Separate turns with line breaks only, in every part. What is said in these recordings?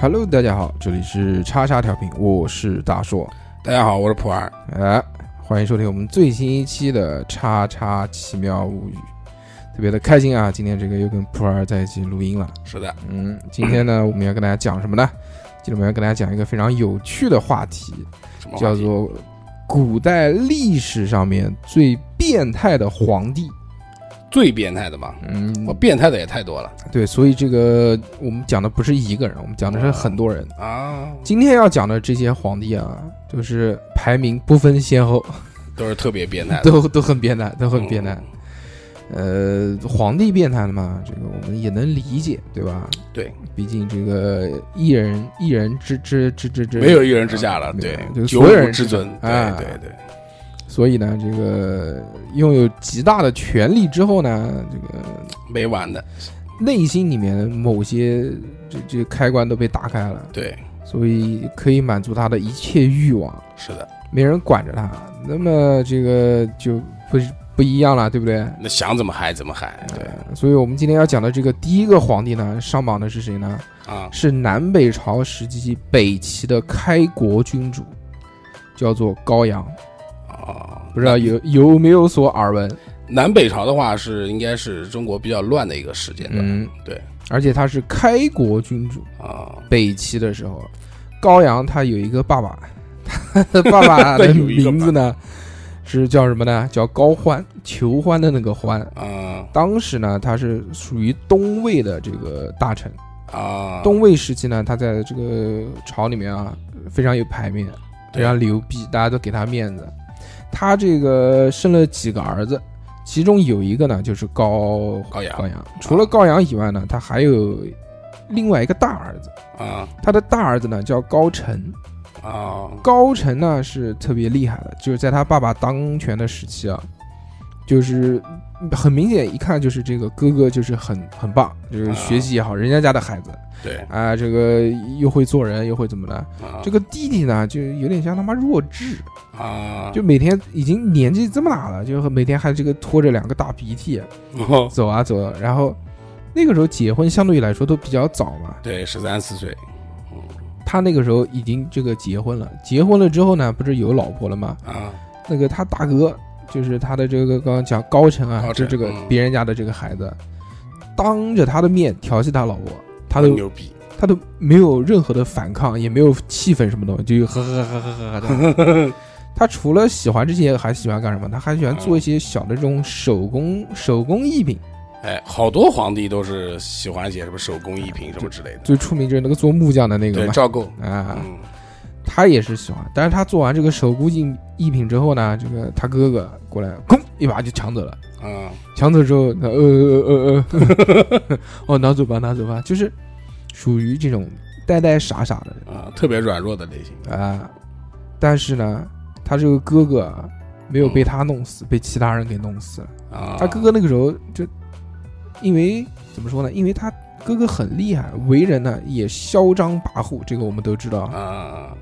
Hello，大家好，这里是叉叉调频，我是大硕，
大家好，我是普洱。
哎，欢迎收听我们最新一期的叉叉奇妙物语，特别的开心啊！今天这个又跟普洱在一起录音了。
是的，
嗯，今天呢，我们要跟大家讲什么呢？今天我们要跟大家讲一个非常有趣的话题，
什么话题
叫做古代历史上面最变态的皇帝。
最变态的吧？
嗯，
我变态的也太多了
对，所以这个我们讲的不是一个人，我们讲的是很多人。
啊，
今天要讲的这些皇帝啊，就是排名不分先后，
都是特别变态的，
都都很变态，都很变态。
嗯
呃，皇帝变态的嘛，这个我们也能理解，对吧？
对，
毕竟这个一人一人之之之之之，
没有一人之下了，
没有
对，
啊就是
九
所有人
五之尊，对
啊
对对，
所以呢，这个拥有极大的权力之后呢，这个
没完的，
内心里面某些这这开关都被打开了，
对，
所以可以满足他的一切欲望，
是的，
没人管着他，那么这个就不不一样了，对不对？
那想怎么嗨怎么嗨，对
呃所以我们今天要讲的这个第一个皇帝呢，上榜的是谁呢？
啊，
是南北朝时期北齐的开国君主，叫做高阳，
哦，
不知道有有没有所耳闻？
南北朝的话是应该是中国比较乱的一个时间段
嗯，
对，
而且他是开国君主，
啊，
北齐的时候，高阳他有一个爸爸，他的爸爸的
有一个
名字呢是叫什么呢？叫高欢，求欢的那个欢。
啊
当时呢，他是属于东魏的这个大臣。
啊，
东魏时期呢，他在这个朝里面啊非常有牌面，非
对
常牛逼，大家都给他面子。他这个生了几个儿子，其中有一个呢就是高
高阳
高阳。除了高阳以外呢，他还有另外一个大儿子，
啊
他的大儿子呢叫高澄。
啊，
高澄呢是特别厉害的，就是在他爸爸当权的时期啊，就是很明显一看就是这个哥哥就是很很棒，就是学习也好，人家家的孩子。
对
啊，这个又会做人，又会怎么的？
啊，
这个弟弟呢，就有点像他妈弱智，
啊，
就每天已经年纪这么大了，就每天还这个拖着两个大鼻涕
哦
走啊走啊。然后那个时候结婚相对来说都比较早嘛，
对十三四岁
他那个时候已经这个结婚了，结婚了之后呢，不是有老婆了吗？
啊，
那个他大哥就是他的这个刚刚讲高层啊，
高
就
澄
这个
嗯
别人家的这个孩子，当着他的面调戏他老婆，他
很
都
牛逼，
他都没有任何的反抗，也没有气愤什么东西，就呵呵呵呵呵呵的。他除了喜欢这些，还喜欢干什么？他还喜欢做一些小的这种手工手工艺品，
哎，好多皇帝都是喜欢一些什么手工艺品什么之类的，
最出名就是那个做木匠的那个
对，
嘛。
赵构，
啊，
嗯，
他也是喜欢，但是他做完这个手工艺艺品之后呢，这个他哥哥过来，咣一把就抢走了。
啊，
抢走之后，他呃呃呃呃，哦，拿走吧，拿走吧，就是属于这种呆呆傻傻的
啊，特别软弱的类型，
啊，但是呢，他这个哥哥啊没有被他弄死，被其他人给弄死了。
啊，
他哥哥那个时候就因为怎么说呢？因为他哥哥很厉害，为人呢也嚣张跋扈，这个我们都知道。
啊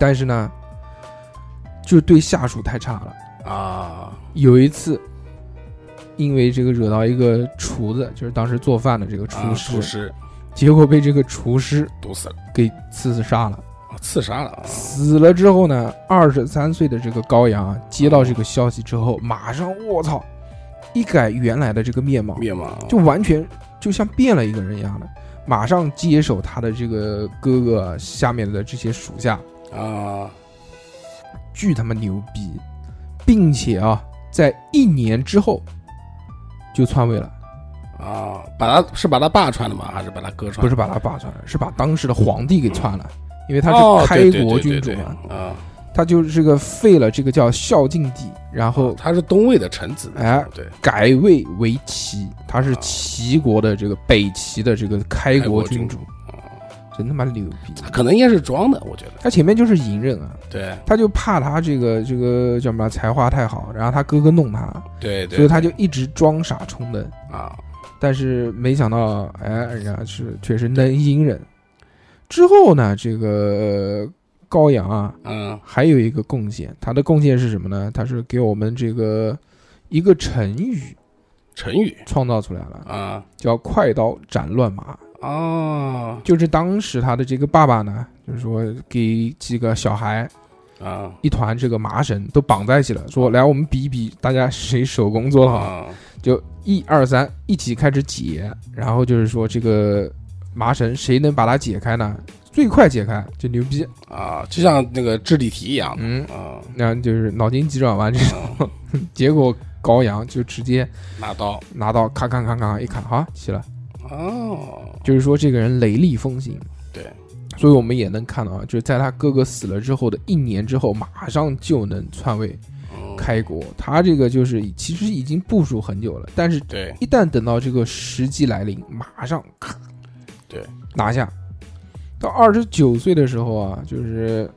但是呢，就对下属太差了。
啊
有一次，因为这个惹到一个厨子，就是当时做饭的这个
啊，
厨师，
厨师
结果被这个厨师
毒死了，
给刺杀了。
啊刺杀了啊，
死了之后呢，二十三岁的这个高阳啊，接到这个消息之后，马上我操，一改原来的这个面貌，
灭亡，
哦就完全就像变了一个人一样的，马上接手他的这个哥哥下面的这些属下，
啊
巨他妈牛逼，并且啊，在一年之后就篡位了，
啊，把他是把他爸穿的吗？还是把他哥穿的？
不是把他爸篡了，是把当时的皇帝给篡了，因为他
哦
是开
对对
国
对
君
对
主
对
嘛，
啊，
他就是这个废了这个叫孝敬帝，然后
哦他是东魏的臣子，
哎
对，
改位为齐，他
哦
是齐国的这个北齐的这个开国君主，
哦
真他妈牛逼！
他可能应该是装的，我觉得，
他前面就是隐忍啊，
对
他就怕他这个这个叫什么才华太好，然后他哥哥弄他，
对对，
所以他就一直装傻充愣。
啊，
但是没想到，哎，人家是确实能隐忍。之后呢，这个高阳啊，
嗯
还有一个贡献，他的贡献是什么呢？他是给我们这个一个成语
成语
创造出来了，
啊
叫“快刀斩乱麻”。
哦
就是当时他的这个爸爸呢，就是说给几个小孩
啊
一团这个麻绳都绑在一起了，说来我们比一比，大家谁手工做的好，
啊
就一二三一起开始解，然后就是说这个麻绳谁能把它解开呢？最快解开就牛逼，
啊，就像那个智力题一样的
嗯，
啊，
然后就是脑筋急转弯这种， 结果高阳就直接
拿刀
拿到咔咔咔咔一砍，好起了，
哦，
就是说这个人雷厉风行，
对，
所以我们也能看到啊，就是在他哥哥死了之后的一年之后，马上就能篡位
嗯
开国。他这个就是已其实已经部署很久了，但是
对
一旦等到这个时机来临，马上咔，
对，
拿下。到二十九岁的时候啊，就是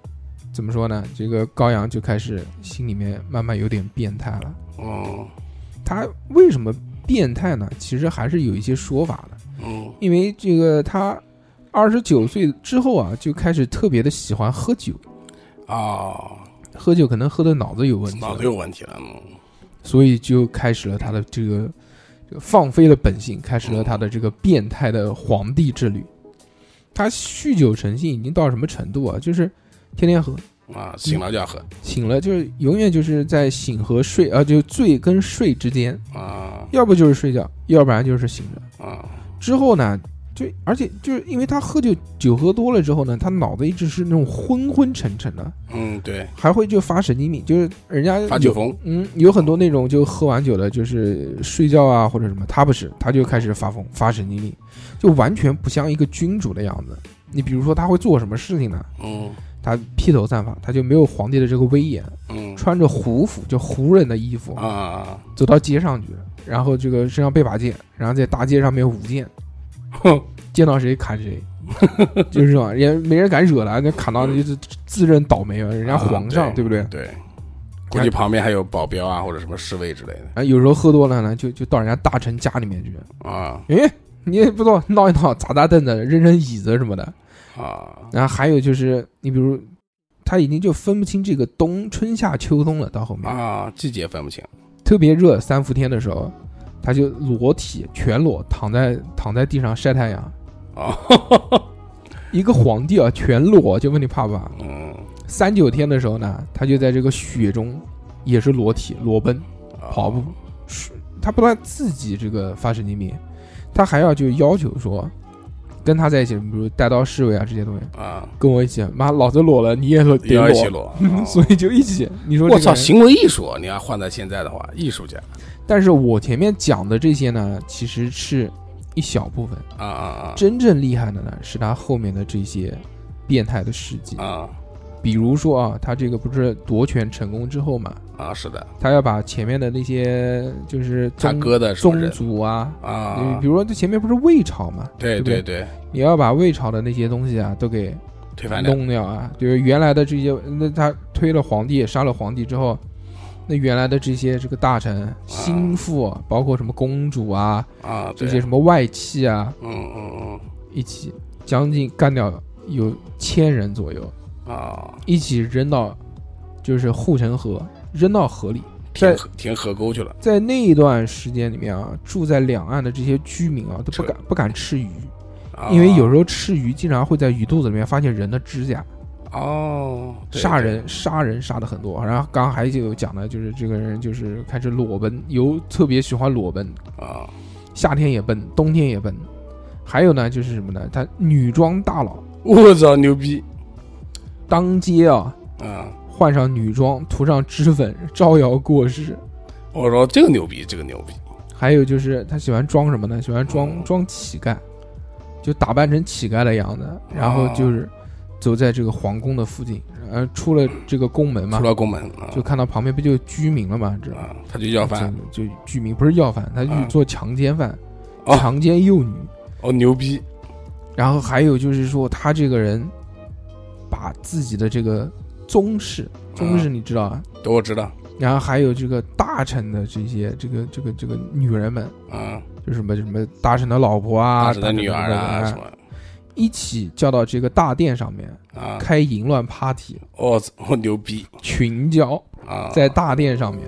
怎么说呢？这个高阳就开始心里面慢慢有点变态了。哦
嗯
他为什么变态呢？其实还是有一些说法的。
嗯
因为这个他二十九岁之后啊，就开始特别的喜欢喝酒，
哦，
喝酒可能喝的脑子有问题了，
脑子有问题了，嗯
所以就开始了他的这个这个放飞了本性，开始了他的这个变态的皇帝之旅。他酗酒成性已经到什么程度啊？就是天天喝，
啊，醒了就要喝
醒了就是永远就是在醒和睡啊，就醉跟睡之间，
啊
要不就是睡觉，要不然就是醒着。
啊
之后呢，就而且就是因为他喝酒酒喝多了之后呢，他脑子一直是那种昏昏沉沉的，
嗯，对，
还会就发神经病，就是人家
发酒
有
疯
嗯，有很多那种就喝完酒的，就是睡觉啊或者什么，他不是，他就开始发疯发神经病，就完全不像一个君主的样子。你比如说他会做什么事情呢？
嗯
他披头散发，他就没有皇帝的这个威严，
嗯
穿着胡服，就胡人的衣服，
啊，
走到街上去，然后这个身上背把剑，然后在大街上面舞剑，
哼
见到谁砍谁，就是这种，也没人敢惹了，那砍到就是自认倒霉了，人家皇上，
啊
对不对？
对，估计旁边还有保镖啊，或者什么侍卫之类的
啊，有时候喝多了呢，就就到人家大臣家里面去，
啊
哎，你也不错，闹一闹，砸砸凳子，扔扔椅子什么的。
啊
然后还有就是，你比如他已经就分不清这个冬、春夏秋冬了，到后面
啊，季节分不清
特别热，三伏天的时候，他就裸体全裸躺在躺在地上晒太阳。
啊，
一个皇帝啊，全裸，就问你怕不怕？
嗯
三九天的时候呢，他就在这个雪中也是裸体裸奔
啊
跑步，是他不但自己这个发神经病，他还要就要求说，跟他在一起，比如带刀侍卫啊这些东西，
啊，
跟我一起，妈老子裸了，你也裸得
要一起
裸，
裸，
所以就一起。你说这个
我操，
人！
行为艺术，你要换在现在的话，艺术家
但是我前面讲的这些呢，其实是一小部分，
啊啊
真正厉害的呢是他后面的这些变态的事迹
啊，啊
比如说啊，他这个不是夺权成功之后嘛，
啊，是的，
他要把前面的那些就是
他
宗
哥的什么
宗
人
族啊，你
啊
比，如说这前面不是魏朝嘛，对
对
不对
对对，
你要把魏朝的那些东西啊都给
推翻掉
弄掉啊，就是原来的这些，那他推了皇帝，杀了皇帝之后，那原来的这些这个大臣、心腹，啊包括什么公主啊，
啊，
这
对
些什么外戚啊，
嗯嗯
一起将近干掉有千人左右，
嗯啊，
一起扔到就是护城河，扔到河里。
填
在
河填河沟去了，
在那一段时间里面啊，住在两岸的这些居民啊，都不
这
敢不敢吃鱼，
啊
因为有时候吃鱼经常会在鱼肚子里面发现人的指甲。
哦对
杀
对
人，杀人杀的很多。然后刚刚还有讲的，就是这个人就是开始裸奔，有特别喜欢裸奔，
啊
夏天也奔，冬天也奔。还有呢，就是什么呢？他女装大佬
我操，牛逼！
当街啊，
啊，
换上女装，涂上脂粉，招摇过市。
我说这个牛逼，这个牛逼
还有就是他喜欢装什么呢？喜欢
哦
装装乞丐，就打扮成乞丐的样子，然
哦
后就是走在这个皇宫的附近，呃，出了这个宫门嘛
出，了宫门啊
就看到旁边不就有居民了嘛，知道吗？
啊，他就要饭，
就就居民不是要饭，他去
嗯
做强奸犯，
哦
强奸幼女。
哦，牛逼
然后还有就是说，他这个人把自己的这个宗室，宗室你知道啊，
都我知道，
然后还有这个大臣的这些这个这个这个女人们，
嗯，
就什么什么大臣的老婆
大
啊，
臣的女儿
大
啊
臣
什
的
么
一起叫到这个大殿上面
啊，
开淫乱 party，
我操，我牛逼
群交
啊！
在大殿上面。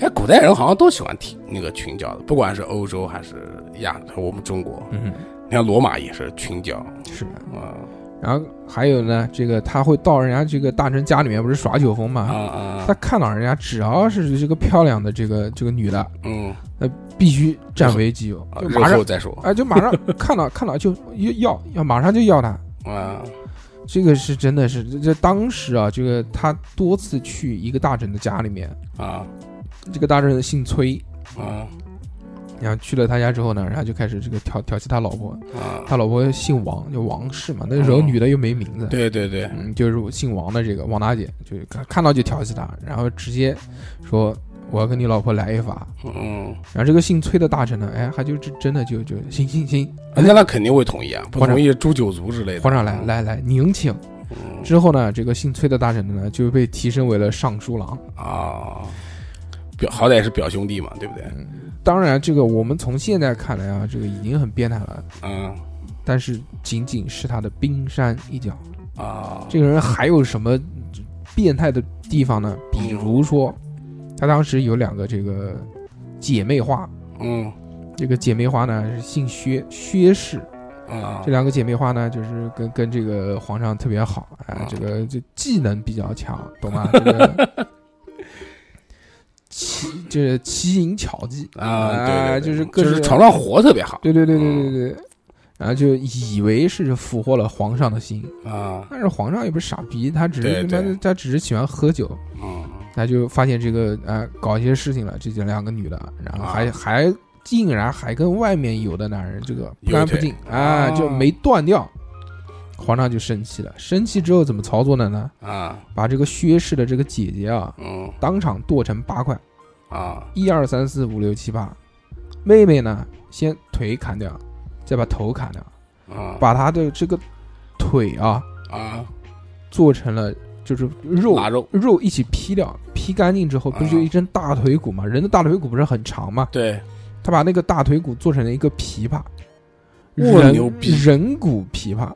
哎，古代人好像都喜欢听那个群教的，不管是欧洲还是亚，我们中国
嗯，
你看罗马也是群教
是吧？
啊
然后还有呢，这个他会到人家这个大臣家里面，不是耍酒疯
啊
嘛？
啊
他，看到人家只要是这个漂亮的这个这个女的，
嗯，
必须占为己有
啊，
就
日
马上
后再说
啊，就马上看到看到就要要马上就要她。
啊，
这个是真的是这这当时啊，这个他多次去一个大臣的家里面，
啊
这个大臣姓崔，
啊
然后去了他家之后呢，然后就开始这个调调戏他老婆，
啊，
他老婆姓王，就王氏嘛，那时
哦
候女的又没名字，
对对对，
嗯，就是我姓王的这个王大姐，就看看到就调戏她，然后直接说我要跟你老婆来一发。
嗯，
然后这个姓崔的大臣呢，哎，还就真真的就就行行行，
那他肯定会同意啊，不
皇上
同意诛九族之类的。
皇上来来来，您请。
嗯
之后呢，这个姓崔的大臣呢就被提升为了尚书郎。
啊，表好歹是表兄弟嘛，对不对？
当然，这个我们从现在看来啊，这个已经很变态了，
嗯
但是仅仅是他的冰山一角。
啊，
这个人还有什么变态的地方呢？比如说，他当时有两个这个姐妹花，
嗯
这个姐妹花呢是姓薛，薛氏。
啊
这，两个姐妹花呢，就是跟跟这个皇上特别好，哎
啊，
这个这技能比较强，懂吗？这个 奇这奇淫巧技
啊，对对对，
就是各
就是
种
床上活特别好
对对对对对对对，然后就以为是俘获了皇上的心，
啊，
但是皇上也不是傻逼，他只
对
是他妈
对
的他只是喜欢喝酒，
嗯
他就发现这个啊、呃搞一些事情了，这两个女的，然后还、
啊
还竟然还跟外面有的男人这个不
有
干不
腿
净啊，
啊
就没断掉。皇上就生气了，生气之后怎么操作的呢？
啊
把这个薛氏的这个姐姐啊，
嗯
当场剁成八块，
啊
一二三四五六七八，妹妹呢先腿砍掉，再把头砍掉，
啊
把她的这个腿啊
啊，
做成了就是肉
腊肉，
肉一起劈掉，劈干净之后，不是就一根大腿骨嘛？人的大腿骨不是很长嘛？
对，
他把那个大腿骨做成了一个琵琶，
哇
人
牛逼
人骨琵琶。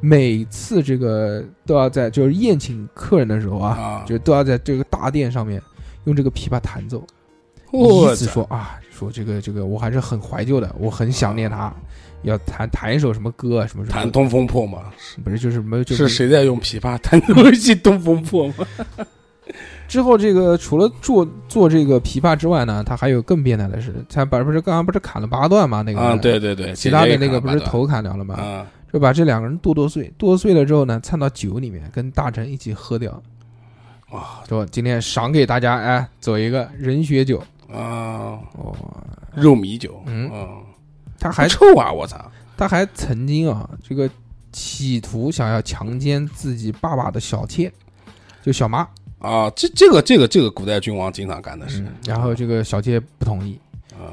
每次这个都要在就是宴请客人的时候啊，
啊，
就都要在这个大殿上面用这个琵琶弹奏，
我
意思
操
说啊，说这个这个我还是很怀旧的，我很想念他，要弹弹一首什么歌啊，什么什
啊弹
么，
东风破嘛，
不是就是什么就是
谁在用琵琶 弹游戏东风破吗？
之后，这个除了做做这个琵琶之外呢，他还有更变态的事，他把不是刚刚不是砍了八段吗？那个
啊，，对对对，
其他的
姐姐
那
也
个
看
不
了
是
吧
头砍掉了吗？
啊
就把这两个人剁剁碎，剁碎了之后呢，掺到酒里面，跟大臣一起喝掉。
哇
说今天赏给大家，哎，走一个人血酒。
啊，
哦，
肉米酒，
嗯
嗯，
他
还
还
臭啊，我操！
他还曾经啊，这个企图想要强奸自己爸爸的小妾，就小妈。
啊，这这个这个这个古代君王经常干的事
嗯，然后这个小妾不同意，
啊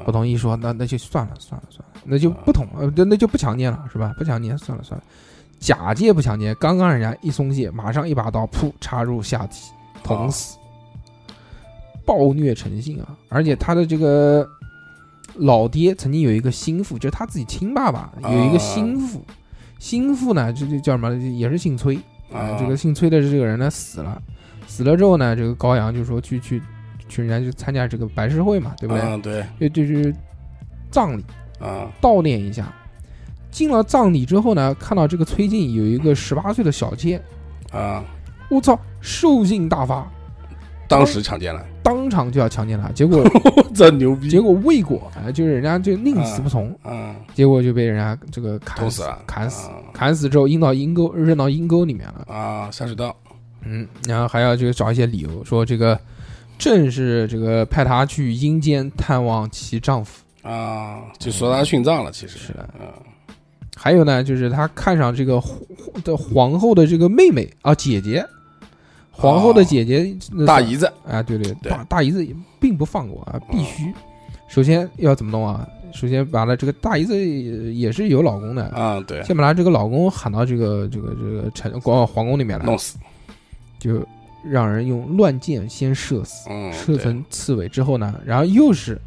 嗯不同意说那那就算了算了算了，那就不同呃那那就不强奸了是吧？不强奸算了算了，假借不强奸，刚刚人家一松懈，马上一把刀噗插入下体，捅死，暴虐成性啊！而且他的这个老爹曾经有一个心腹，就是他自己亲爸爸
啊
有一个心腹，心腹呢这这叫什么？也是姓崔呃
啊
这个姓崔的这个人呢死了，死了之后呢，这个高阳就说去去去人家去参加这个白事会嘛，对不对？
嗯，对
就就是葬礼
啊
悼念一下。进了葬礼之后呢，看到这个崔静有一个十八岁的小妾，
啊，
我操，兽性大发，
当时强奸了，
当场就要强奸她，结果
我操牛逼
结！果未果，哎，就是人家就宁死不从，
嗯，
结果就被人家这个砍
捅死了，
砍死，
啊
砍死之后扔到阴沟，扔到阴沟里面了。
啊，下水道
嗯，然后还要就找一些理由说这个。正是这个派她去阴间探望其丈夫，
啊，就说他殉葬了，其实
是的，
嗯
还有呢，就是他看上这个皇的皇后的这个妹妹啊，姐姐，皇后的姐姐、那
哦大姨子
啊，对对，
对嗯
大大姨子也并不放过啊，必须，首先要怎么弄啊？首先把她这个大姨子也也是有老公的，
啊，对，
先把她这个老公喊到这个这个这个城皇皇宫里面来
弄，死，
就让人用乱箭先射死，
嗯，
射成刺猬之后呢，然后又是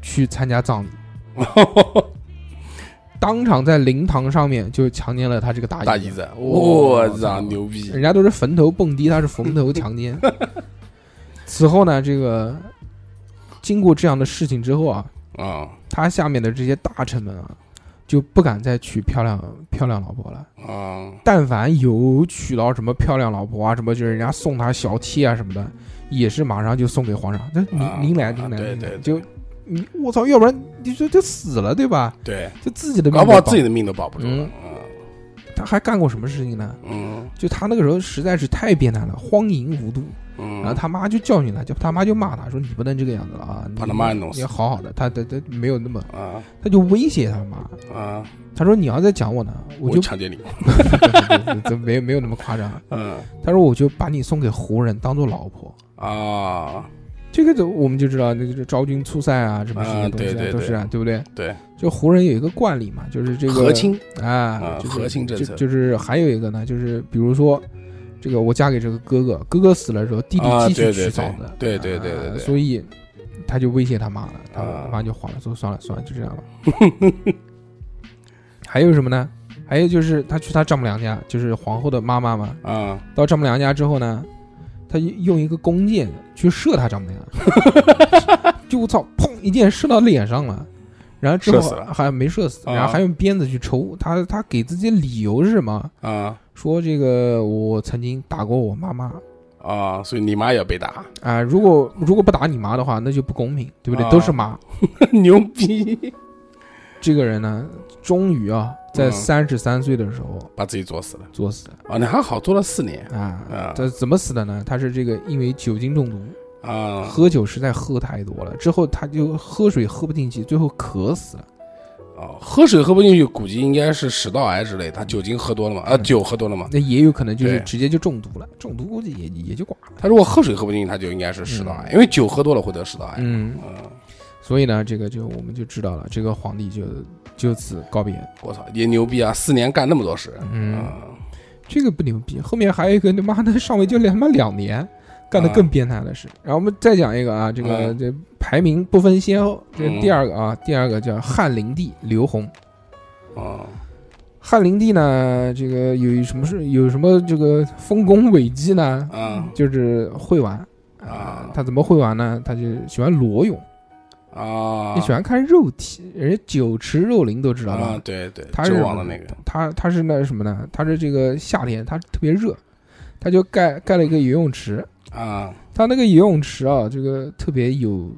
去参加葬礼，
对
当场在灵堂上面就强奸了他这个大
大
姨
姨
子。
子，我操牛逼！
人家都是坟头蹦迪，他是坟头强 奸。此后呢，这个经过这样的事情之后啊，
啊
他下面的这些大臣们啊，就不敢再娶漂亮漂亮老婆了。
啊，
但凡有娶到什么漂亮老婆啊，什么就是人家送他小妾啊什么的，也是马上就送给皇上。那
啊
您您来
啊
您来，
对
您来
对对
就你我操，要不然你说这死了对吧？
对，
就自己的命
搞不好
都
自己的命都保不住了
嗯。他还干过什么事情呢？
嗯
就他那个时候实在是太变态了，荒淫无度。
嗯，
然后他妈就教训他，就他妈就骂他说：“你不能这个样子了啊！”
把
你
他妈也弄死
你要好好的。他他他没有那么，
啊
他就威胁他妈，
啊，
他说：“你要再讲我呢，我
我
就
强奸你。
这没没有那么夸张。
嗯”
他说：“我就把你送给胡人当做老婆。”
啊，
这个就我们就知道，那就是昭君出塞啊，什么这些
啊
东西、啊
对对
都是啊，对不对？
对，
就胡人有一个惯例嘛，就是这个
和亲
啊
啊，
就是
和亲政策
就就是还有一个呢，就是比如说这个我嫁给这个哥哥，哥哥死了之后，弟弟
啊
继续
对
娶
对
嫂子，
对对对对对
啊
对
所以他就威胁他妈了，他
啊
妈就慌了，说算了算了，就这样了。 还有什么呢？还有就是他去他丈母娘家，就是皇后的妈妈嘛，
啊，
到丈母娘家之后呢，他就用一个弓箭去射他丈母 娘，就我操，砰一箭射到脸上了，然后之
射死
后
了
还没射死，
啊
然后还用鞭子去抽他。他给自己理由是什么？
啊
说这个我曾经打过我妈妈
啊，所以你妈也 被打，
啊、如果如果不打你妈的话，那就不公平，对不对？
啊
都是妈。
牛逼，
这个人呢，终于啊，在
嗯
三十三岁的时候
把自己作死了。
作死
啊，那还好，做了四年
啊
啊。
他怎么死的呢？他是这个因为酒精中毒。
啊
喝酒实在喝太多了，之后他就喝水喝不进去，最后渴死了。
啊，喝水喝不进去，估计应该是食道癌之类的。他酒精喝多了嘛？啊，
嗯
酒喝多了嘛？
那也有可能就是
对
直接就中毒了，中毒估计也也就挂了。
他如果喝水喝不进去，他就应该是食道癌，因为酒喝多了会得食道癌。
嗯，
嗯，
所以呢，这个就我们就知道了，这个皇帝就就此告别。
我操，也牛逼啊！四年干那么多事，
嗯，
啊
这个不牛逼。后面还有一个他妈的上位就他妈两年，干的更变态的事。然后我们再讲一个啊，这个
啊嗯
这排名不分先后，这
嗯
第二个啊，第二个叫汉灵帝刘宏。
啊
汉灵帝呢，这个有什么事？有什么这个丰功伟绩呢？
啊
就是会玩
啊
他怎么会玩呢？他就喜欢裸泳，
啊！
也喜欢看肉体，人家酒池肉林都知道
啊
吧？，
对对，
他
周
是
王的那个
他他是那什么呢？他是这个夏天，他特别热，他就盖盖了一个游泳池。
啊
他那个游泳池啊，这个特别有，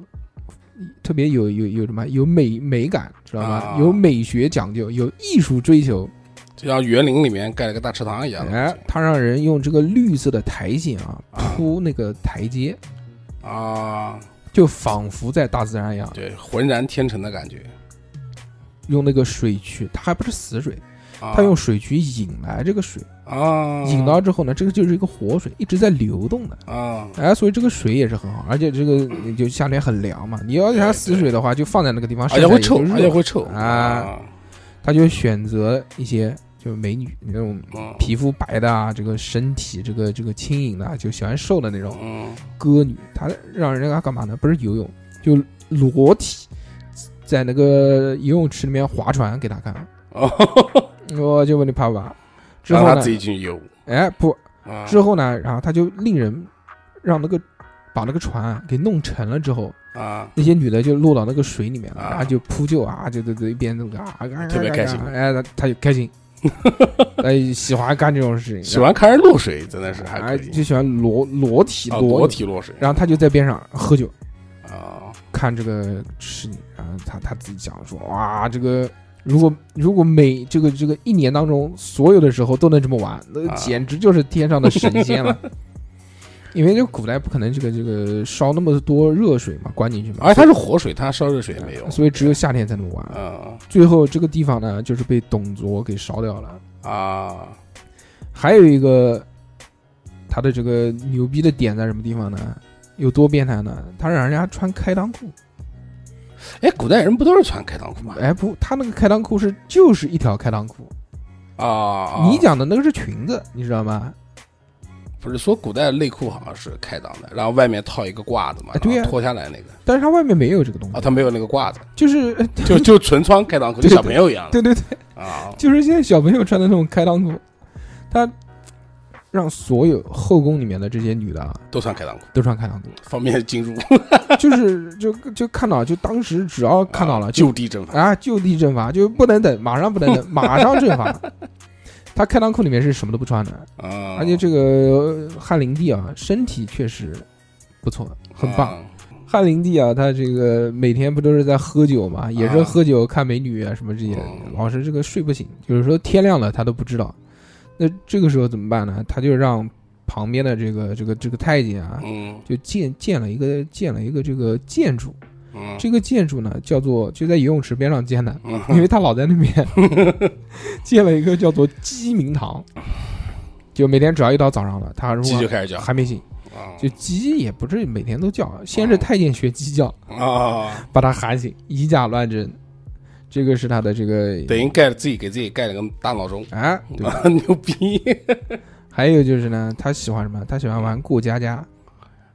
特别有有有什么有美美感，知道吗？
啊
有美学讲究，有艺术追求。
就像园林里面盖了个大池塘一样的
哎，他让人用这个绿色的苔藓啊铺那个台阶，
啊，
就仿佛在大自然一样。
对，浑然天成的感觉。
用那个水去，它还不是死水，
啊
它用水去引来这个水，
啊
引到之后呢，这个就是一个活水，一直在流动的。
啊
哎，所以这个水也是很好，而且这个你就夏天很凉嘛。你要想死水的话，就放在那个地方，
而且
晒
会
晒
臭
也就，热
而且会臭
啊。他就选择一些就美女那种
嗯
皮肤白的啊，这个身体这个这个轻盈的啊，就喜欢瘦的那种
嗯
歌女。他让人家干嘛呢？不是游泳，就裸体在那个游泳池里面划船给他看。
哦，
我就问你怕不怕？之
让
后
他
呢
自？己去游
哎，不，
啊
之后呢？然后他就令人让那个把那个船给弄沉了之后，
啊
那些女的就落到那个水里面了，
啊
然后就扑救啊，就就就一边那个啊，啊啊
特别开心
啊啊哎，他他就开 心，他喜欢干这种事情，
喜欢看人落水，真的是还
然后
可
哎
以
就喜欢裸裸体
啊裸
泳，
体落水
然后他就在边上喝酒。
啊
看这个事情，然后他他自己讲说，哇，这个如果如果每这个这个一年当中所有的时候都能这么玩，那
啊
简直就是天上的神仙 了。因为这古代不可能这个这个烧那么多热水嘛，灌进去嘛，
而且它是活水，它烧热水也啊没有，
所以只有夏天才能玩。
嗯
最后这个地方呢，就是被董卓给烧掉了。
啊
还有一个他的这个牛逼的点在什么地方呢？有多变态呢？他让人家穿开裆裤。
哎，古代人不都是穿开裆裤吗？
哎不，他那个开裆裤是就是一条开裆裤，
啊，
你讲的那个是裙子，你知道吗？
不是说古代内裤好像是开裆的，然后外面套一个褂子嘛，
哎对呀
然后脱下来那个
但是它外面没有这个东西，
啊，他没有那个褂子，
就是呃
哦就就纯穿开裆 裤，
对
就小朋友一样的
对对对，
啊
就是现在小朋友穿的那种开裆裤，它让所有后宫里面的这些女的啊
都穿开裆裤，
都穿开裆 裤，
方便进入，
就是就就看到，就当时只要看到了
啊
就
就地正法。
啊就地正法，就不能等，马上不能等，马上正法。 他开裆裤里面是什么都不穿的，
啊，
而且这个呃汉灵帝啊，身体确实不错，很棒。
啊。
汉灵帝啊，他这个每天不都是在喝酒嘛，也是
啊
喝酒看美女啊什么这些，
嗯
老是这个睡不醒，有时候天亮了他都不知道。那这个时候怎么办呢？他就让旁边的这个这个这个太监啊，
嗯
就建建了一个建了一个这个建筑，
嗯，
这个建筑呢叫做就在游泳池边上建的，
嗯
因为他老在那 边建了一个叫做鸡鸣堂，就每天只要一到早上了，他如
鸡就
果
开始叫
还没醒，
啊
就鸡也不是每天都叫，先是太监学鸡叫，
啊，
把他喊醒，以假乱真，这个是他的这个
等于盖了自己给自己盖了个大闹钟，
啊，对吧？
啊牛逼
还有就是呢，他喜欢什么？他喜欢玩过家家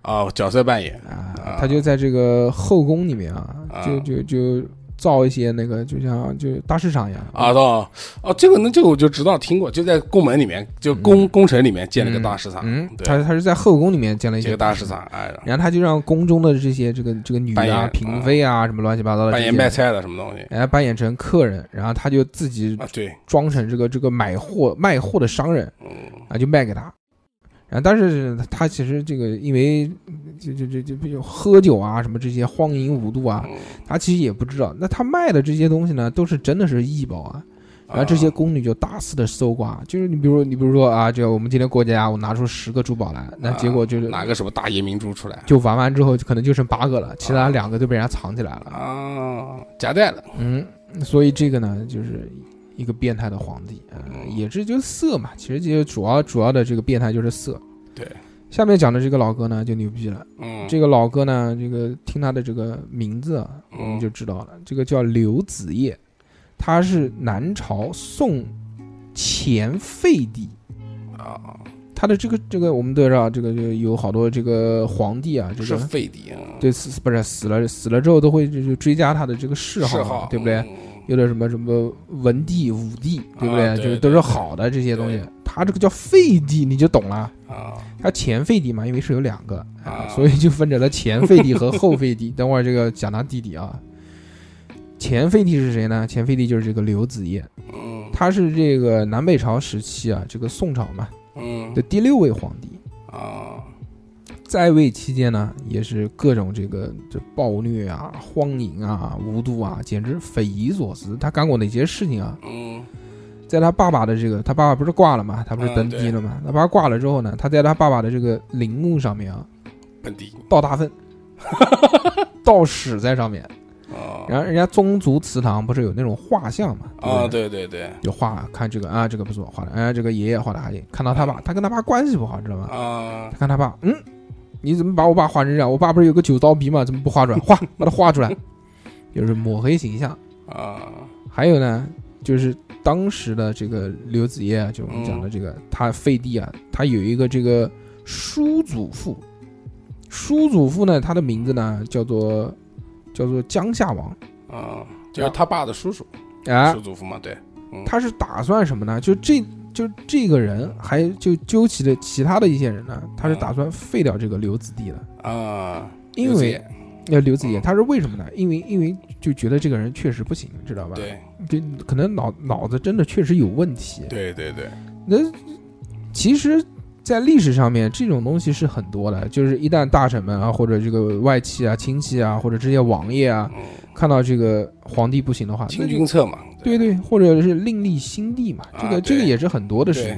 啊！角色扮演
啊
啊，
他就在这个后宫里面啊，
啊
就就就造一些那个，就像就大市场一样
啊，哦哦，这个呢，这个我就知道听过，就在宫门里面，就宫宫城里面建了个大市场，
嗯，
对
他嗯他是在后宫里面建了一
这
些
个大市场，哎，
然后他就让宫中的这些这个这个女
扮
的啊、
演
嫔妃啊什么乱七八糟的这
扮
些
演
人，
卖菜的什么东西
哎，扮演成客人，然后他就自己
啊？对，
装成这个这个买货卖货的商人
嗯
啊，就卖给他。然后，但是他其实这个因为就就就就比如喝酒啊什么这些荒淫无度啊，
嗯
他其实也不知道。那他卖的这些东西呢，都是真的是异宝啊。然后这些宫女就大肆的搜刮，就是你比如你比如说啊，就我们今天过家，我拿出十个珠宝来，那结果就是
啊拿个什么大夜明珠出来
就玩完之后，可能就剩八个了，其他两个都被人家藏起来了。
啊，夹带了，
嗯，所以这个呢，就是一个变态的皇帝，呃、
嗯
也是就是色嘛。其实就主要主要的这个变态就是色。
对，
下面讲的这个老哥呢就牛逼了。
嗯，
这个老哥呢，这个听他的这个名字啊，
嗯
我们就知道了，这个叫刘子业，他是南朝宋前废帝。
啊
他的这个这个我们都知道，这个这个有好多这个皇帝啊，这
不
个
是废帝，嗯
对，死不是死了死了之后都会就就追加他的这个谥号
谥
嘛，
号
对不对？？
嗯
有点什么什么文帝、武帝，对不对？
啊对
就是都是好的这些东西
对。
他这个叫废帝，你就懂了。
啊，
他前废帝嘛，因为是有两个，
啊
所以就分成了前废帝和后废 帝。等会儿这个讲他弟弟啊，前废帝是谁呢？前废帝就是这个刘子业，
嗯
他是这个南北朝时期啊，这个宋朝嘛
嗯
的第六位皇帝。
啊
在位期间呢，也是各种这个这暴虐啊、荒淫啊、无度啊，简直匪夷所思。他干过哪些事情啊？
嗯
在他爸爸的这个，他爸爸不是挂了嘛？他不是
嗯
登基了嘛？他爸爸挂了之后呢，他在他爸爸的这个陵墓上面啊，
本地
倒大 粪，倒屎在上面。
啊
然后人家宗族祠堂不是有那种画像嘛？
啊，
不对，
对对对
就画看这个啊，这个不错，画的，哎，这个爷爷画的还行。看到他爸，他跟他爸关系不好，知道吗？
啊
他看他爸，嗯，你怎么把我爸画成这样？我爸不是有个九刀鼻吗？怎么不画出来？画， 把它画出来，就是抹黑形象。
啊
还有呢，就是当时的这个刘子业啊，就我们讲的这
嗯
个、他废帝啊，他有一个这个叔祖父，叔祖父呢，他的名字呢叫做叫做江夏王
啊，就是他爸的叔叔，
啊
叔，祖嗯父嘛，对，
他是打算什么呢？就这。就这个人，还就纠集的其他的一些人呢，他是打算废掉这个刘子弟的，
啊，
因
有这
为
也
要刘子业，
嗯
他是为什么呢？因为因为就觉得这个人确实不行，知道吧？，
对
就可能脑脑子真的确实有问题。
对对对，
那其实，在历史上面这种东西是很多的，就是一旦大臣们啊，或者这个外戚啊、亲戚啊，或者这些王爷啊，
嗯，
看到这个皇帝不行的话，那
清
就
君侧嘛，
对对，或者是另立新帝嘛，这
啊
个、
对
这个也是很多的事
对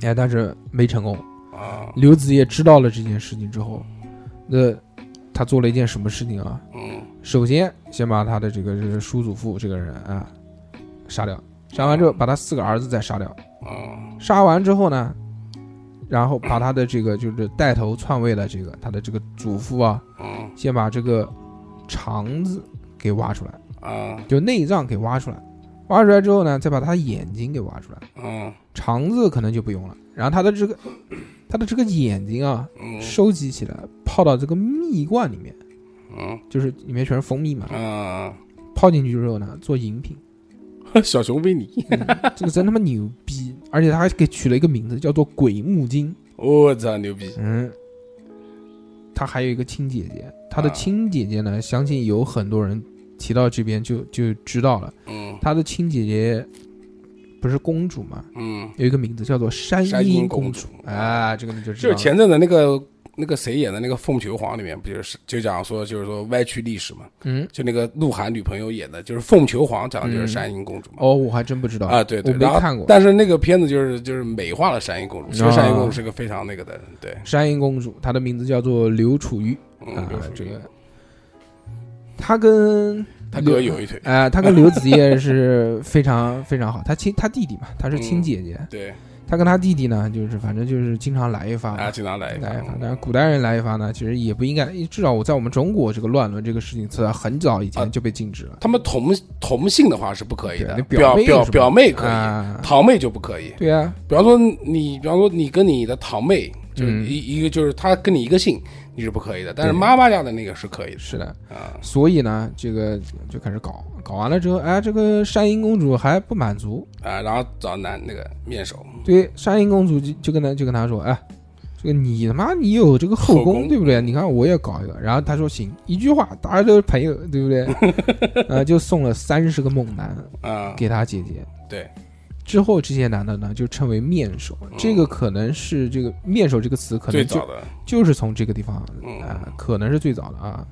情。哎，但是没成功。
啊，
刘子业知道了这件事情之后，那他做了一件什么事情啊？
嗯
首先先把他的这个这个叔祖父这个人啊杀掉，杀完之
啊
后把他四个儿子再杀掉，
嗯
杀完之后呢，然后把他的这个就是带头篡位的这个他的这个祖父啊，
嗯
先把这个肠子给挖出来，
啊
就内脏给挖出来，挖出来之后呢，再把他眼睛给挖出来，
嗯
肠子可能就不用了，然后他的这个他的这个眼睛啊
嗯
收集起来泡到这个蜜罐里面，
嗯
就是里面全是蜂蜜嘛，
啊，
泡进去之后呢，做饮品。
小熊维尼
这个真他妈牛逼！而且他还给取了一个名字，叫做鬼木精。
我操，牛逼！
嗯，他还有一个亲姐姐，他的
啊
亲姐姐呢，相信有很多人提到这边就就知道了。
嗯
他的亲姐姐不是公主嘛，
嗯，
有一个名字叫做山
山
阴
阴
公
公
主
主
啊，这个你就知
就
道了。
是前阵子那个那个谁演的那个《凤求凰》里面，不就是就讲说就是说歪曲历史嘛？
嗯，
就那个鹿晗女朋友演的，就是凤求凰，讲的就
嗯
是山阴公主嘛。
哦，我还真不知道
啊，对对，
我没
然后
看过
但是那个片子就是就是美化了山阴公主，其实山阴公主是个非常那个的人，对，
山阴公主，她的名字叫做刘楚瑜
嗯，
啊
刘淑，仪
这个她跟
他哥有一腿，
啊，她跟刘子业是非常非常好，她亲她弟弟嘛，她
嗯
是亲姐姐，
对，
她跟她弟弟呢，就是反正就是经常来一发
啊，经常来
来一发，但
嗯
是古代人来一发呢，其实也不应该，至少我在我们中国这个乱伦这个事情，在很早以
啊
前就被禁止了。
他们同同性的话是不可以
对
的
那，表
表
妹
表
是吧
表妹可以，
啊，
堂妹就不可以。
对啊，
比方说你，比方说你跟你的堂妹，就是
嗯
一一个就是她跟你一个姓，你是不可以的，但是
对
妈妈家的那个是可以的
是的，
啊。
所以呢，这个就开始搞，搞完了之后，哎，这个山阴公主还不满足，
啊，然后找男那个面首，
对，山阴公主就就跟他就跟他说，哎，这个你他妈你有这个后
后
宫
宫
对不对？你看我也搞一个。然后他说行，一句话，大家都是朋友，对不对？ 呃，就送了三十个猛男
啊，
给他姐姐。
对，嗯
之后这些男的呢，就称为面首，这个可能是这个“面首”这个词，可
最
能
早
就
的，
就是从这个地方啊、
嗯
可能是最早的啊。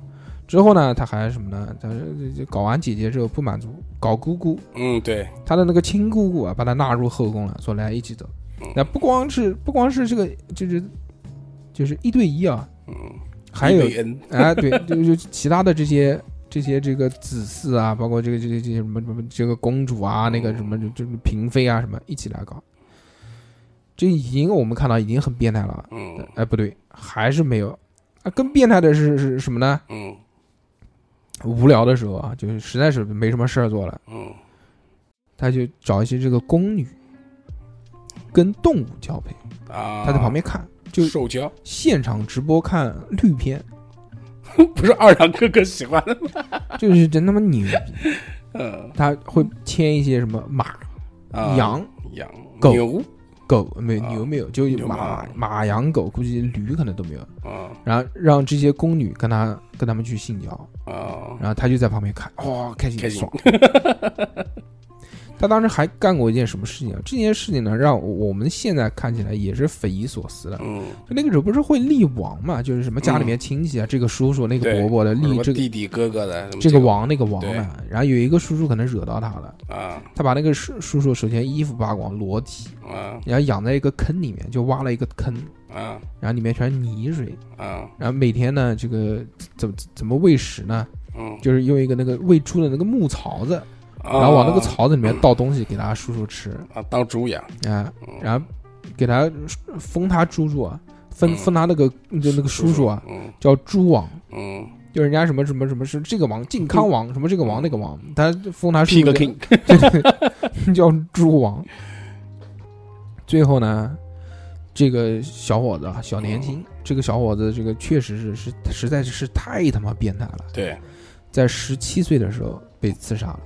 之后呢，他还什么呢？他是就搞完姐姐之后不满足，搞姑姑，
嗯，对，
他的那个亲姑姑啊，把他纳入后宫了，说来一起走。
嗯
那不光是不光是这个，就是就是一对一啊，
嗯，
还有
N，
哎，对，就就其他的这些这些这个子嗣啊，包括这个这些这些什么什么这个公主啊，那个什
哦
么就就是嫔妃啊什么一起来搞。这已经我们看到已经很变态了，
嗯
哎，不对，还是没有。啊，更变态的是是什么呢？
嗯
无聊的时候啊，就是实在是没什么事儿做了，
嗯，
他就找一些这个宫女跟动物交配，
啊，
他在旁边看，就
受教，
现场直播看绿片，
不是二郎哥哥喜欢的吗，
就是真他妈牛逼。
嗯，
他会牵一些什么马、
啊
羊、
羊
狗
牛，
狗，没有
啊
牛没有，就
牛
马
马
马、羊、狗，估计驴可能都没有。
啊
然后让这些宫女跟他跟他们去性交，
啊，
然后他就在旁边看，哇、开心
开心
爽。 他当时还干过一件什么事情啊？这件事情呢，让我们现在看起来也是匪夷所思的。
嗯，
就那个时候不是会立王嘛，就是什么家里面亲戚啊，这个叔叔那个伯伯的
什
呃立
么
这个
弟弟哥哥的，什么
这个
网
王那个王嘛，然后有一个叔叔可能惹到他了，
啊
他把那个叔叔叔首先衣服扒光裸体，
啊
然后养在一个坑里面，就挖了一个坑，
啊
然后里面全是泥水，
啊，
然后每天呢这个怎么怎么喂食呢？
嗯，
就是用一个那个喂猪的那个木槽子，
然
然后往那个槽子里面倒东西给他叔叔吃
啊当猪养，
啊，然后给他封他叔叔啊，封
嗯
封他那个就那个叔叔啊
嗯
叫猪王。
嗯
就人家什么什么什么是这个王靖康王什么这个王那个王，他封他
，Pig
叔 叫
King，
叫猪王。最后呢，这个小伙子啊，小年轻，这个小伙子这个确实是是实在是太他妈变态了，
对
在十七岁的时候被刺杀了，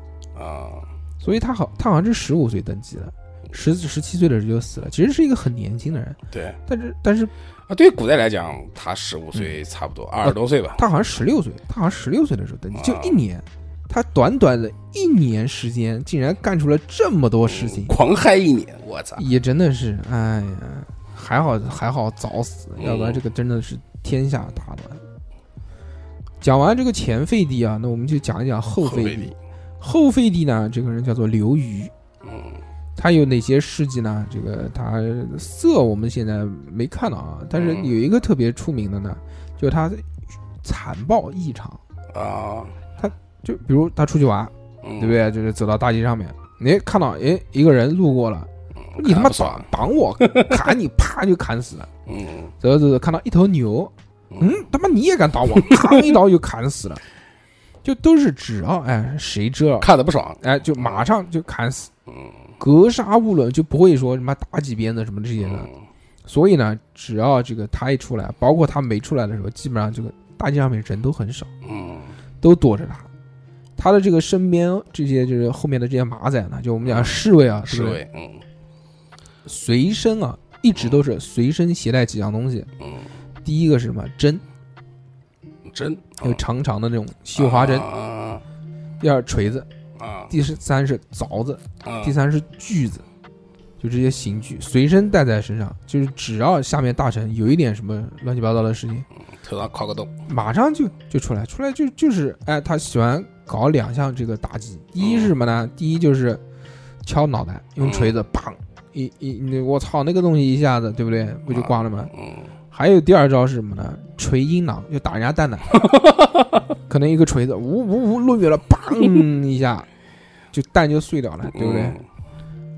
啊，
所以他好他好像是十五岁登基的。十十七岁的时候就死了，其实是一个很年轻的人，
对
但是但是
啊，对于古代来讲，他十五岁
嗯
差不多，二十多岁吧，
他好像十六岁，他好像十六岁的时候登基，
啊
就一年，他短短的一年时间，竟然干出了这么多事情，
嗯狂嗨一年，我操，
也真的是，哎呀，还好还好早死，
嗯
要不然这个真的是天下大乱。讲完这个前废帝啊，那我们就讲一讲后废
费
帝。，后废帝呢，这个人叫做刘虞，
嗯
他有哪些事迹呢？这个他色我们现在没看到啊，但是
嗯
有一个特别出名的呢，就是他残暴异常。
啊，嗯
就比如他出去玩，
对
嗯对不？对？就是走到大街上面，你看到哎一个人路过了，
嗯
你他妈，
看
绑
得
绑我，砍你，啪就砍死了。
不爽嗯
走着走着看到一头牛，嗯
嗯，
他妈你也敢打我，扛一刀就砍死了，就都是只要哎谁知道
看的不爽，
哎就马上就砍死，
嗯
格杀勿论，就不会说什么打几鞭子什么这些的。
嗯
所以呢，只要这个他一出来，包括他没出来的时候，基本上这个大街上面人都很少。
嗯
都躲着他。他的这个身边这些就是后面的这些马仔呢，就我们讲侍卫啊，
侍
对不对，
卫，嗯，
随身啊，一直都
哦
是随身携带几样东西。
嗯，
第一个是什么？针，
针，
有
啊
长长的那种绣花针；
啊
第二锤子；
啊
第是三是凿子；
啊
第三是锯子，就这些刑具随身带在身上，就是只要下面大臣有一点什么乱七八糟的事情，
头上敲个洞，
马上就就出来，出来就就是哎，他喜欢搞两项这个打击，第一是什么
哦
呢？第一就是敲脑袋，用锤子砰一一你我操那个东西一下子对不对？不就挂了吗？
嗯
还有第二招是什么呢？锤阴囊，就打人家蛋蛋，可能一个锤子呜呜呜落远了，砰一下，就蛋就碎掉了，对不对？
嗯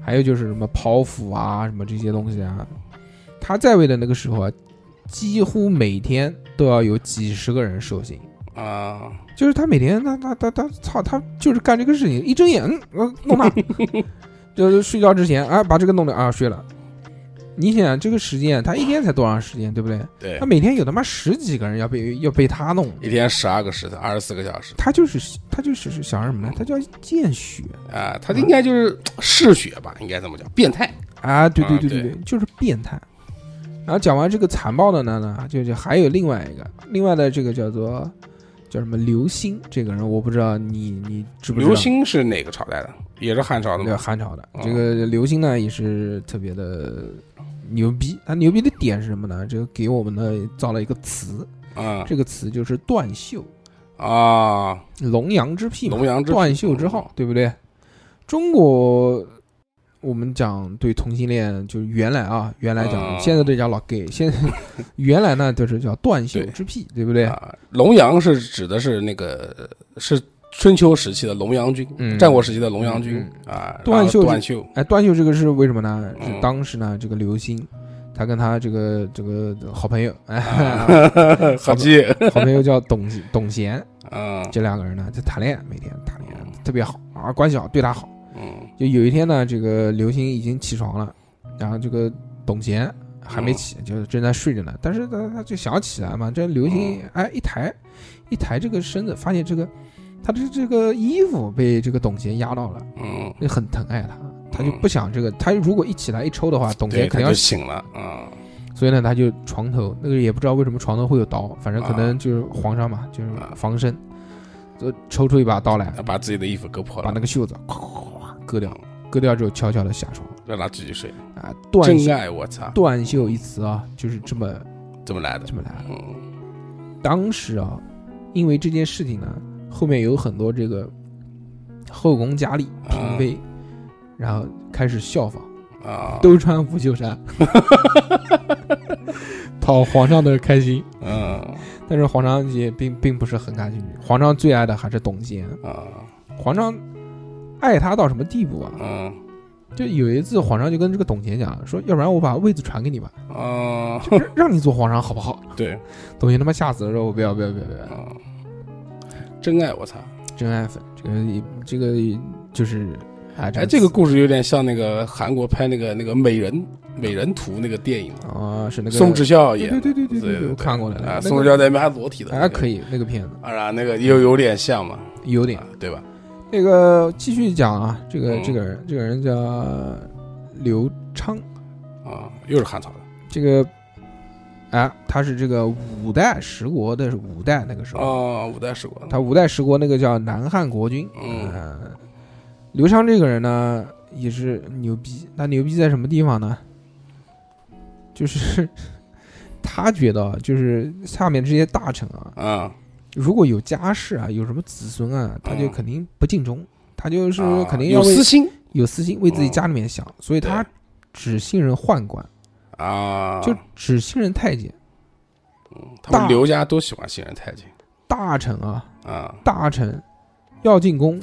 还有就是什么剖腹啊，什么这些东西啊。他在位的那个时候啊，几乎每天都要有几十个人受刑，
啊，
就是他每天他他他他操他就是干这个事情，一睁眼嗯呃弄他，就是睡觉之前啊把这个弄掉啊睡了。你想想这个时间，他一天才多长时间，对不对？
对
他，每天有他妈十几个人要被要被他弄，
一天十二个时辰，二十四个小时
他就是他就是是想什么呢？他叫见血
啊，他应该就是嗜血吧，应该这么讲，变态，
啊！对对
啊
对对
对
对，就是变态。然后讲完这个残暴的呢呢，就就还有另外一个，另外的这个叫做叫什么刘星这个人，我不知道你你知不知道？
刘歆是哪个朝代的？也是汉朝的
对，
吗？
汉朝的
哦
这个刘星呢也是特别的牛逼。他牛逼的点是什么呢？这个给我们的造了一个词，
啊
这个词就是断袖，
啊，
龙阳之癖嘛，
龙阳之癖
断袖之好，对不对？中国我们讲对同性恋，就是原来啊，原来讲，
嗯
现在都叫老 gay，现 在原来呢就是叫断袖
对
之癖，对不对？
啊，龙阳是指的是那个是春秋时期的龙阳军，
嗯
战国时期的龙阳军
嗯
啊，
段
然后
秀
段秀
哎，断袖这个是为什么呢？是
嗯
当时呢，这个刘星，他跟他这个这个好朋友，哎，
啊好记，
好朋友叫董董贤，
嗯
这两个人呢在谈恋爱，每天谈恋爱特别好啊，关系好，对他好。
嗯
就有一天呢，这个刘星已经起床了，然后这个董贤还
哦
没起，就是正在睡着呢。但是他他就想要起来嘛，这刘星
哦
哎一抬一抬这个身子，发现这个他的这个衣服被这个董贤压到了，
嗯，
那很疼爱他，他就不想这个，他如果一起来一抽的话，董
对，
贤
他
肯定要
就醒了，嗯
所以呢，他就床头那个也不知道为什么床头会有刀，反正可
啊
能就是皇上嘛，就是防身，就抽出一把刀来，
他把自己的衣服割破
把
了
那，个袖子咵咵咵割掉，
嗯
割掉之后悄悄的下床
让他继续睡，
啊，断
真
袖
爱，我操，
断袖一词啊，就是这么
这么来的
这，么来。
嗯
当时啊，因为这件事情呢，后面有很多这个后宫佳丽、嫔妃，然后开始效仿，
啊，
都穿无袖 衫，讨皇上的开心。
嗯
但是皇上也并并不是很感兴趣，皇上最爱的还是董贤。
啊
皇上爱他到什么地步啊？
嗯
就有一次，皇上就跟这个董贤讲说，要不然我把位子传给你吧，
啊，
让 让你做皇上好不好？
对，
董贤他妈吓死了，说我不要不要不要不要，
嗯，真爱，我操，
真爱粉，这个这个就是哎
哎，这个故事有点像那个韩国拍那个那个美人美人图那个电影，
啊是那个
宋智孝
对
演
对
的。
对对对
对
对对，我看过了
啊，
那
宋
个
智孝在里面还裸体的，
哎可
以
以那个片子
啊，那个又有点像嘛，
有点
啊对吧？
那个继续讲啊，这个
嗯
这个人这个人叫刘昌。
啊，又是汉朝的，
这个，哎，他是这个五代十国的五代那个时候，
哦，五代十国，
他五代十国那个叫南汉国君。
嗯
呃，刘昌这个人呢也是牛逼，他牛逼在什么地方呢？就是 他觉得啊，就是下面这些大臣啊，
啊，
如果有家室啊，有什么子孙啊，他就
嗯
肯定不尽忠，他就是
啊
肯定要
有
为
私心
有私心，为自己
嗯
家里面想，所以他
对
只信任宦官，
啊，
就只信任太监。
他
大
们刘家都喜欢信任太监
大臣啊，
啊，
大臣要进宫，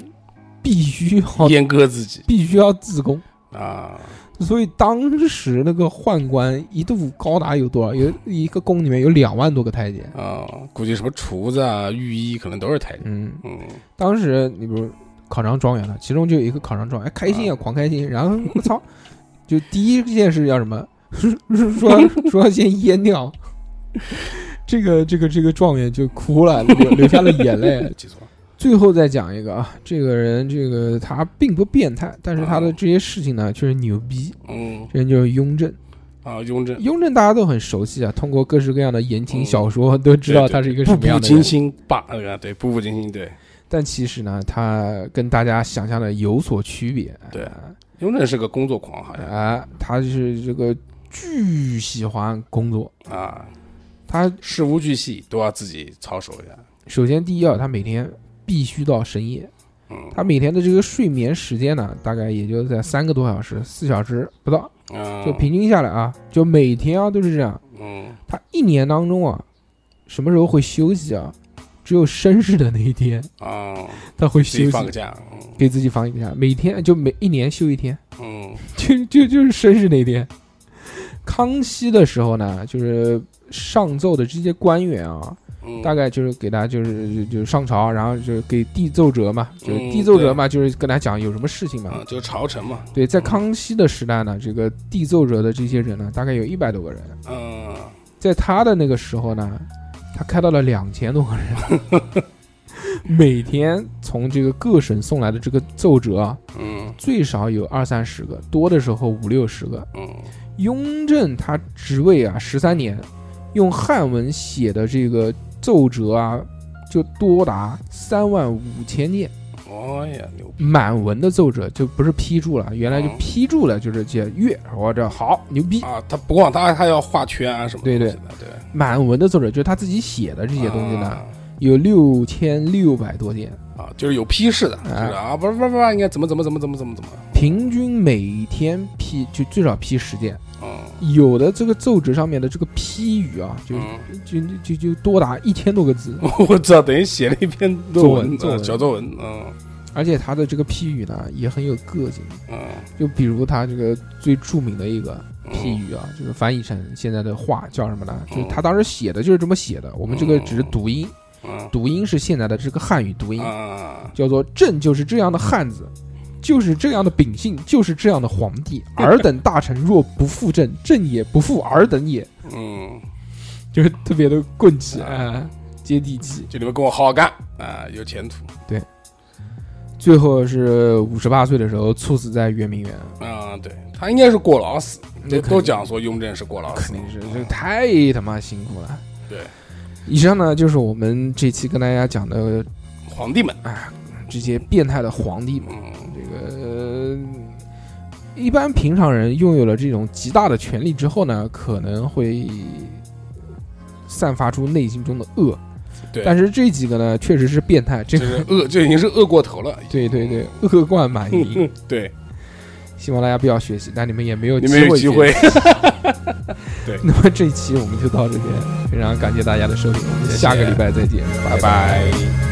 必须要
阉割自己
必须要自宫。
啊，
所以当时那个宦官一度高达有多少？有一个宫里面有两万多个太监。
啊，估计什么厨子啊、御医可能都是太监，
嗯，
嗯，
当时你比如考上状元了，其中就有一个考上状元，哎开心啊，狂开心。然后我操，就第一件事要什么？ 说说说要先阉掉。这个这个这个状元就哭了，流流下了眼泪。
记错了
最后再讲一个啊，这个人这个他并不变态，但是他的这些事情呢确实牛逼。
嗯
这人就是雍正，
啊，雍 正
雍正大家都很熟悉啊，通过各式各样的言情小说都知道他是一个什
步
么样
步
的人
惊。心霸那个对，步步惊心对，
但其实呢，他跟大家想象的有所区别。
对雍正是个工作狂，好像
啊，他是这个巨喜欢工作。
啊，
他
事无巨细都要自己操守一下。
首先第一啊，他每天必须到深夜，
嗯
他每天的这个睡眠时间呢，大概也就在三个多小时、四小时不到，
嗯，
就平均下来啊，就每天啊都是这样。
嗯
他一年当中啊，什么时候会休息啊？只有生日的那一天，
啊，
他会
自
休
己
息，
放个假，嗯
给自己放一个假，每天就每一年休一天，
嗯
就就就是生日那天。康熙的时候呢，就是上奏的这些官员啊，
嗯，
大概就是给他就是就就上朝，然后就是给递奏折嘛，就是递奏折嘛，就是跟他讲有什么事情嘛。
嗯，就朝臣嘛，
对，在康熙的时代呢，这个递奏折的这些人呢，大概有一百多个人，
嗯
在他的那个时候呢，他开到了两千多个人，每天从这个各省送来的这个奏折啊，
嗯
最少有二三十个，多的时候五六十个。
嗯
雍正他职位啊十三年，用汉文写的这个奏折啊，就多达三万五千件。
哦呀，牛逼，
满文的奏折就不是批注了，原来就
嗯
批注了，就是写月，我这好牛逼。
啊，他不光他还要画圈啊什么
对
东
对
西的，对，
满文的奏折就是他自己写的这
这
些东西呢，有六千六百多件，
啊，就是有批示的，就是啊，不是不是不是，应该怎么怎么怎么怎么怎么怎么，
平均每天批就最少批十件，
嗯
有的这个奏折上面的这个批语啊，就
嗯，
就就就多达一千多个字，
我操，等于写了一篇论文，
作文作文
嗯小作文，嗯
而且他的这个批语呢也很有个性，
嗯
就比如他这个最著名的一个批
嗯，
语啊，就是翻译成现在的话叫什么呢？
嗯
就是他当时写的就是这么写的，我们这
哦
个只是读音，
嗯
读音是现在的这个汉语读音，
啊，
叫做“朕就是这样的汉子，就是这样的秉性，就是这样的皇 帝。尔等大臣若不负朕，朕也不负尔等也。
嗯，”
就是特别的棍气啊、
啊
哎接地气。
就你们跟我好好干啊，有前途
最后是五十八岁的时候猝死在圆明园，
啊，对他应该是过劳死，
那
都
肯
都讲说雍正是过劳死
肯，定是
嗯
这太他妈辛苦了。
对，
以上呢就是我们这期跟大家讲的哎
皇帝们，
这些变态的皇帝们。
嗯
这个、呃一般平常人拥有了这种极大的权利之后呢，可能会散发出内心中的恶。
对
但是这几个呢，确实是变态，这
这
个
是恶，这已经是恶过头了，
对对对，恶贯满 盈。
对，
希望大家不要学习，但你们也没有
你们有
机
机会
学。， 那么这一期我们就到这边，非常感谢大家的收听，我们
谢谢
下个礼拜再见，
拜
拜
拜。